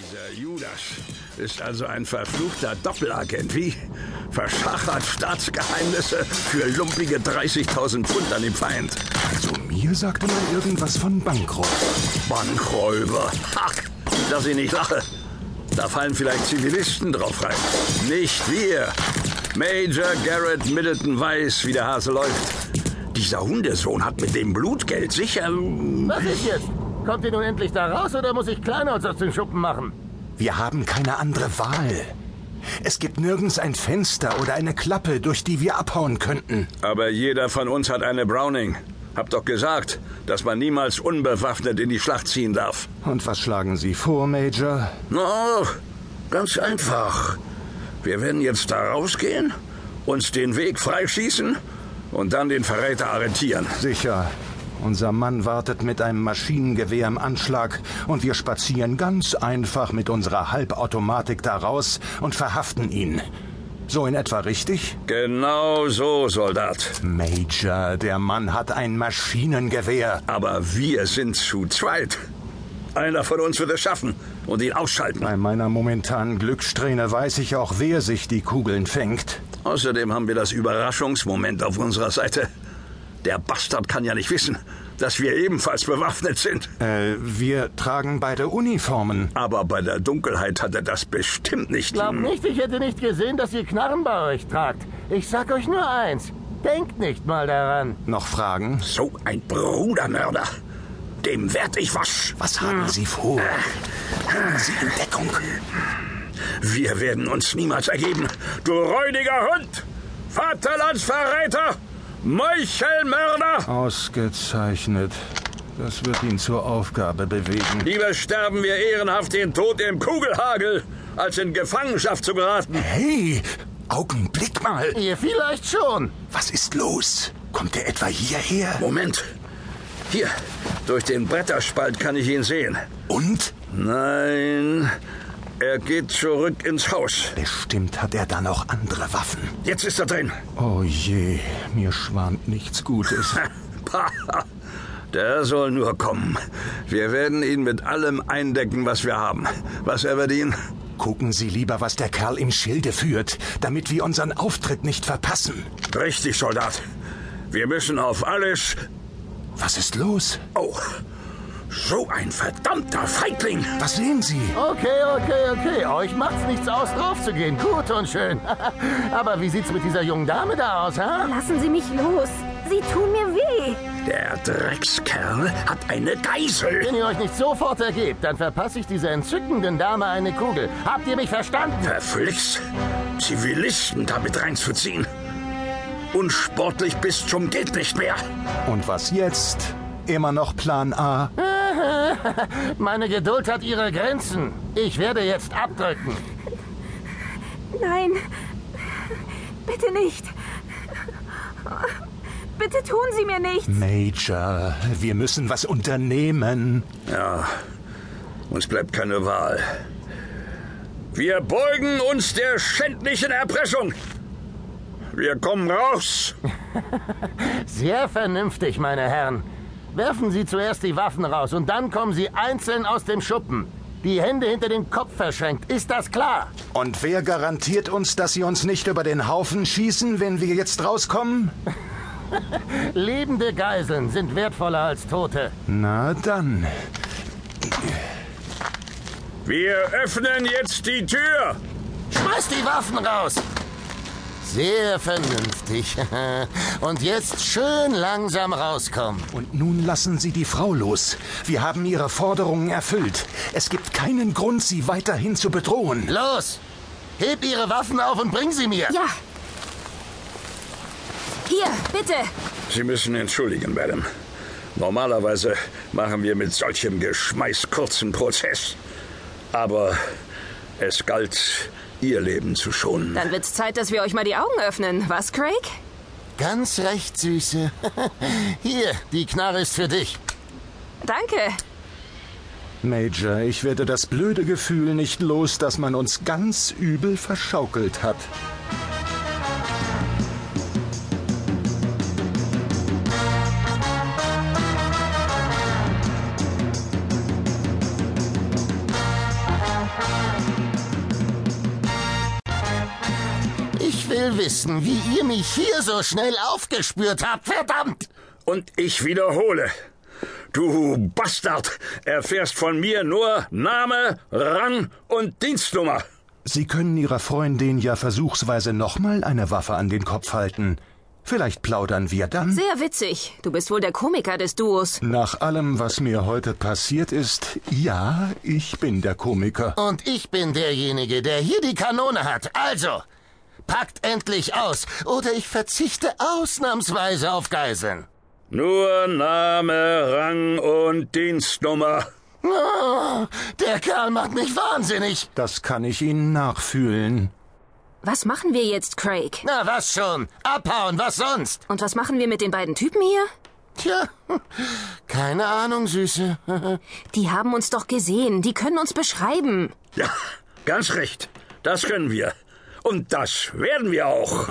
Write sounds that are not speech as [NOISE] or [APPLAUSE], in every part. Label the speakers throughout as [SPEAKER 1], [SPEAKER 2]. [SPEAKER 1] Dieser Judas ist also ein verfluchter Doppelagent, wie? Verschachert Staatsgeheimnisse für lumpige 30.000 Pfund an den Feind.
[SPEAKER 2] Zu Also mir sagte man irgendwas von Bankroll.
[SPEAKER 1] Bankräuber. Ach, dass ich nicht lache. Da fallen vielleicht Zivilisten drauf rein. Nicht wir. Major Garrett Middleton weiß, wie der Hase läuft. Dieser Hundesohn hat mit dem Blutgeld sicher...
[SPEAKER 3] Was ist jetzt? Kommt ihr nun endlich da raus oder muss ich Kleinholz aus den Schuppen machen?
[SPEAKER 2] Wir haben keine andere Wahl. Es gibt nirgends ein Fenster oder eine Klappe, durch die wir abhauen könnten.
[SPEAKER 1] Aber jeder von uns hat eine Browning. Hab doch gesagt, dass man niemals unbewaffnet in die Schlacht ziehen darf.
[SPEAKER 2] Und was schlagen Sie vor, Major?
[SPEAKER 1] No, ganz einfach. Wir werden jetzt da rausgehen, uns den Weg freischießen und dann den Verräter arretieren.
[SPEAKER 2] Sicher. Unser Mann wartet mit einem Maschinengewehr im Anschlag und wir spazieren ganz einfach mit unserer Halbautomatik da raus und verhaften ihn. So in etwa richtig?
[SPEAKER 1] Genau so, Soldat.
[SPEAKER 2] Major, der Mann hat ein Maschinengewehr.
[SPEAKER 1] Aber wir sind zu zweit. Einer von uns wird es schaffen und ihn ausschalten.
[SPEAKER 2] Bei meiner momentanen Glückssträhne weiß ich auch, wer sich die Kugeln fängt.
[SPEAKER 1] Außerdem haben wir das Überraschungsmoment auf unserer Seite. Der Bastard kann ja nicht wissen, dass wir ebenfalls bewaffnet sind.
[SPEAKER 2] Äh, wir tragen beide Uniformen.
[SPEAKER 1] Aber bei der Dunkelheit hat er das bestimmt nicht.
[SPEAKER 3] Glaubt nicht, ich hätte nicht gesehen, dass ihr Knarren bei euch tragt. Ich sag euch nur eins. Denkt nicht mal daran.
[SPEAKER 2] Noch Fragen?
[SPEAKER 1] So ein Brudermörder. Dem werd ich was.
[SPEAKER 2] Was haben Sie vor? Halten Sie in Deckung.
[SPEAKER 1] Wir werden uns niemals ergeben. Du räudiger Hund! Vaterlandsverräter! Meuchelmörder!
[SPEAKER 2] Ausgezeichnet. Das wird ihn zur Aufgabe bewegen.
[SPEAKER 1] Lieber sterben wir ehrenhaft den Tod im Kugelhagel, als in Gefangenschaft zu geraten.
[SPEAKER 2] Hey, Augenblick mal.
[SPEAKER 3] Ihr vielleicht schon.
[SPEAKER 2] Was ist los? Kommt er etwa hierher?
[SPEAKER 1] Moment. Hier, durch den Bretterspalt kann ich ihn sehen.
[SPEAKER 2] Und?
[SPEAKER 1] Nein, er geht zurück ins Haus.
[SPEAKER 2] Bestimmt hat er da noch andere Waffen.
[SPEAKER 1] Jetzt ist er drin.
[SPEAKER 2] Oh je, mir schwant nichts Gutes.
[SPEAKER 1] [LAUGHS] Pah, Der soll nur kommen. Wir werden ihn mit allem eindecken, was wir haben. Was, Everdeen?
[SPEAKER 2] Gucken Sie lieber, was der Kerl im Schilde führt, damit wir unseren Auftritt nicht verpassen.
[SPEAKER 1] Richtig, Soldat. Wir müssen auf alles.
[SPEAKER 2] Was ist los?
[SPEAKER 1] Oh, so ein verdammter Feigling.
[SPEAKER 2] Was sehen Sie?
[SPEAKER 3] Okay, okay, okay. Euch macht's nichts aus, draufzugehen. Gut und schön. [LAUGHS] Aber wie sieht's mit dieser jungen Dame da aus, ha?
[SPEAKER 4] Lassen Sie mich los. Sie tun mir weh.
[SPEAKER 1] Der Dreckskerl hat eine Geisel.
[SPEAKER 3] Wenn ihr euch nicht sofort ergebt, dann verpasse ich dieser entzückenden Dame eine Kugel. Habt ihr mich verstanden?
[SPEAKER 1] Verflixt, Zivilisten damit reinzuziehen. Unsportlich bis zum geht nicht mehr.
[SPEAKER 2] Und was jetzt? Immer noch Plan A?
[SPEAKER 3] Meine Geduld hat ihre Grenzen. Ich werde jetzt abdrücken.
[SPEAKER 4] Nein. Bitte nicht. Bitte tun Sie mir nichts.
[SPEAKER 2] Major, wir müssen was unternehmen.
[SPEAKER 1] Ja, uns bleibt keine Wahl. Wir beugen uns der schändlichen Erpressung. Wir kommen raus.
[SPEAKER 3] Sehr vernünftig, meine Herren. Werfen Sie zuerst die Waffen raus und dann kommen Sie einzeln aus dem Schuppen. Die Hände hinter dem Kopf verschränkt. Ist das klar?
[SPEAKER 2] Und wer garantiert uns, dass sie uns nicht über den Haufen schießen, wenn wir jetzt rauskommen?
[SPEAKER 3] Lebende Geiseln sind wertvoller als Tote.
[SPEAKER 2] Na dann.
[SPEAKER 1] Wir öffnen jetzt die Tür.
[SPEAKER 3] Schmeißt die Waffen raus! Sehr vernünftig. [LAUGHS] Und jetzt schön langsam rauskommen.
[SPEAKER 2] Und nun lassen Sie die Frau los. Wir haben ihre Forderungen erfüllt. Es gibt keinen Grund, sie weiterhin zu bedrohen.
[SPEAKER 3] Los! Heb Ihre Waffen auf und bring sie mir!
[SPEAKER 4] Ja. Hier, bitte.
[SPEAKER 1] Sie müssen entschuldigen, Madame. Normalerweise machen wir mit solchem Geschmeiß kurzen Prozess. Aber es galt, ihr Leben zu schonen.
[SPEAKER 5] Dann wird's Zeit, dass wir euch mal die Augen öffnen, was, Craig?
[SPEAKER 3] Ganz recht, Süße. [LAUGHS] Hier, die Knarre ist für dich.
[SPEAKER 5] Danke.
[SPEAKER 2] Major, ich werde das blöde Gefühl nicht los, dass man uns ganz übel verschaukelt hat.
[SPEAKER 3] will wissen, wie ihr mich hier so schnell aufgespürt habt, verdammt!
[SPEAKER 1] Und ich wiederhole. Du Bastard, erfährst von mir nur Name, Rang und Dienstnummer.
[SPEAKER 2] Sie können Ihrer Freundin ja versuchsweise nochmal eine Waffe an den Kopf halten. Vielleicht plaudern wir dann.
[SPEAKER 5] Sehr witzig. Du bist wohl der Komiker des Duos.
[SPEAKER 2] Nach allem, was mir heute passiert ist, ja, ich bin der Komiker.
[SPEAKER 3] Und ich bin derjenige, der hier die Kanone hat. Also, packt endlich aus, oder ich verzichte ausnahmsweise auf Geiseln.
[SPEAKER 1] Nur Name, Rang und Dienstnummer. [LAUGHS]
[SPEAKER 3] Ah, der Kerl macht mich wahnsinnig.
[SPEAKER 2] Das kann ich Ihnen nachfühlen.
[SPEAKER 5] Was machen wir jetzt, Craig?
[SPEAKER 3] Na, was schon? Abhauen, was sonst?
[SPEAKER 5] Und was machen wir mit den beiden Typen hier?
[SPEAKER 3] Tja, keine Ahnung, Süße.
[SPEAKER 5] Die haben uns doch gesehen. Die können uns beschreiben.
[SPEAKER 1] Ja, ganz recht. Das können wir. Und das werden wir auch.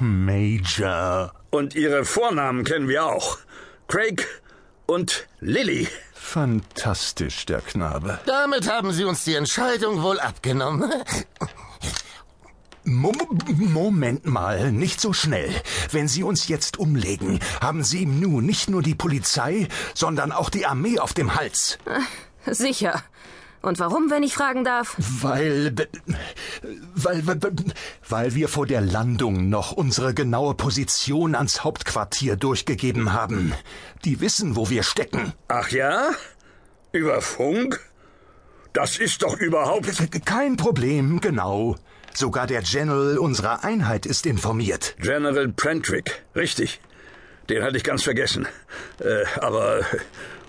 [SPEAKER 2] Major.
[SPEAKER 1] Und ihre Vornamen kennen wir auch. Craig und Lilly.
[SPEAKER 2] Fantastisch, der Knabe.
[SPEAKER 3] Damit haben sie uns die Entscheidung wohl abgenommen.
[SPEAKER 2] Mo- Moment mal, nicht so schnell. Wenn Sie uns jetzt umlegen, haben Sie im Nu nicht nur die Polizei, sondern auch die Armee auf dem Hals.
[SPEAKER 5] Sicher. Und warum, wenn ich fragen darf?
[SPEAKER 2] Weil, weil, weil, weil wir vor der Landung noch unsere genaue Position ans Hauptquartier durchgegeben haben. Die wissen, wo wir stecken.
[SPEAKER 1] Ach ja? Über Funk? Das ist doch überhaupt.
[SPEAKER 2] Kein Problem, genau. Sogar der General unserer Einheit ist informiert.
[SPEAKER 1] General Prentwick, richtig. Den hatte ich ganz vergessen. Äh, aber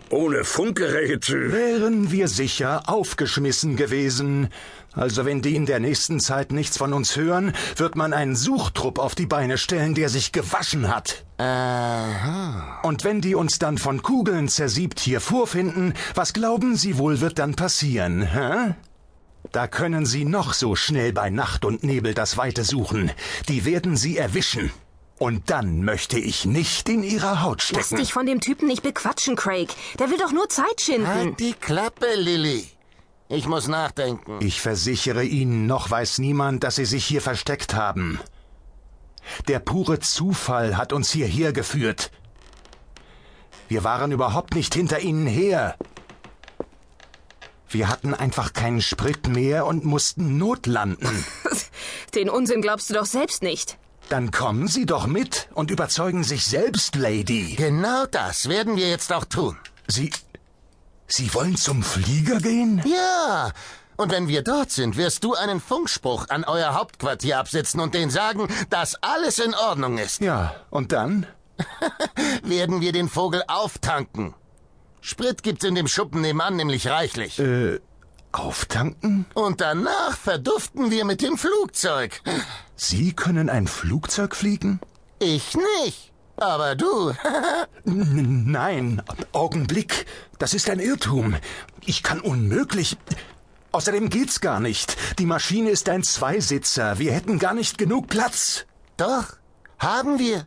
[SPEAKER 1] ohne Funkgeräte.
[SPEAKER 2] Wären wir sicher aufgeschmissen gewesen. Also wenn die in der nächsten Zeit nichts von uns hören, wird man einen Suchtrupp auf die Beine stellen, der sich gewaschen hat.
[SPEAKER 3] Aha.
[SPEAKER 2] Und wenn die uns dann von Kugeln zersiebt hier vorfinden, was glauben Sie wohl wird dann passieren, hä? Da können Sie noch so schnell bei Nacht und Nebel das Weite suchen. Die werden Sie erwischen. Und dann möchte ich nicht in Ihrer Haut
[SPEAKER 5] Lass
[SPEAKER 2] stecken.
[SPEAKER 5] dich von dem Typen nicht bequatschen, Craig. Der will doch nur Zeit schinden.
[SPEAKER 3] Halt die Klappe, Lilly. Ich muss nachdenken.
[SPEAKER 2] Ich versichere Ihnen, noch weiß niemand, dass Sie sich hier versteckt haben. Der pure Zufall hat uns hierher geführt. Wir waren überhaupt nicht hinter Ihnen her. Wir hatten einfach keinen Sprit mehr und mussten notlanden.
[SPEAKER 5] Den Unsinn glaubst du doch selbst nicht.
[SPEAKER 2] Dann kommen Sie doch mit und überzeugen sich selbst, Lady.
[SPEAKER 3] Genau das werden wir jetzt auch tun.
[SPEAKER 2] Sie. Sie wollen zum Flieger gehen?
[SPEAKER 3] Ja. Und wenn wir dort sind, wirst du einen Funkspruch an euer Hauptquartier absetzen und denen sagen, dass alles in Ordnung ist.
[SPEAKER 2] Ja, und dann?
[SPEAKER 3] Werden wir den Vogel auftanken. Sprit gibt's in dem Schuppen nebenan nämlich reichlich.
[SPEAKER 2] äh, Auftanken?
[SPEAKER 3] Und danach verduften wir mit dem Flugzeug.
[SPEAKER 2] Sie können ein Flugzeug fliegen?
[SPEAKER 3] Ich nicht. Aber du, [LAUGHS]
[SPEAKER 2] N nein, Augenblick. Das ist ein Irrtum. Ich kann unmöglich. Außerdem geht's gar nicht. Die Maschine ist ein Zweisitzer. Wir hätten gar nicht genug Platz.
[SPEAKER 3] doch, haben wir.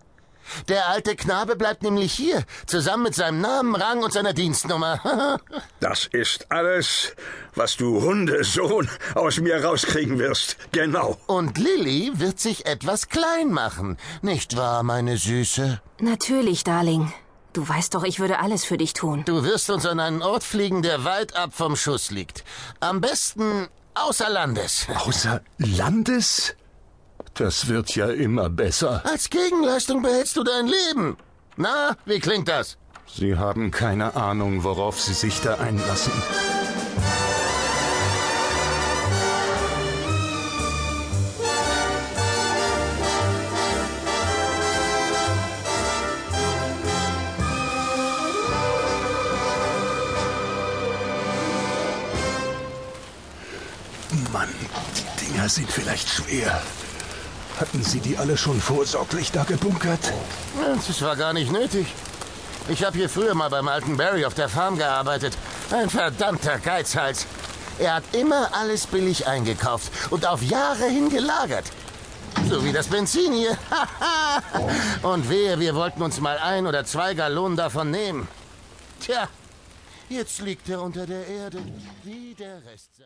[SPEAKER 3] Der alte Knabe bleibt nämlich hier, zusammen mit seinem Namen, Rang und seiner Dienstnummer. [LAUGHS]
[SPEAKER 1] Das ist alles, was du Hundesohn aus mir rauskriegen wirst. Genau.
[SPEAKER 3] Und Lilly wird sich etwas klein machen, nicht wahr, meine Süße?
[SPEAKER 5] Natürlich, Darling. Du weißt doch, ich würde alles für dich tun.
[SPEAKER 3] Du wirst uns an einen Ort fliegen, der weit ab vom Schuss liegt. Am besten außer Landes.
[SPEAKER 2] Außer Landes? Das wird ja immer besser.
[SPEAKER 3] Als Gegenleistung behältst du dein Leben. Na, wie klingt das?
[SPEAKER 2] Sie haben keine Ahnung, worauf Sie sich da einlassen. Mann, die Dinger sind vielleicht schwer. Hatten Sie die alle schon vorsorglich da gebunkert?
[SPEAKER 3] Das war gar nicht nötig. Ich habe hier früher mal beim alten Barry auf der Farm gearbeitet. Ein verdammter Geizhals. Er hat immer alles billig eingekauft und auf Jahre hin gelagert. So wie das Benzin hier. [LAUGHS] und wehe, wir wollten uns mal ein oder zwei Gallonen davon nehmen. Tja, jetzt liegt er unter der Erde, wie der Rest. seiner-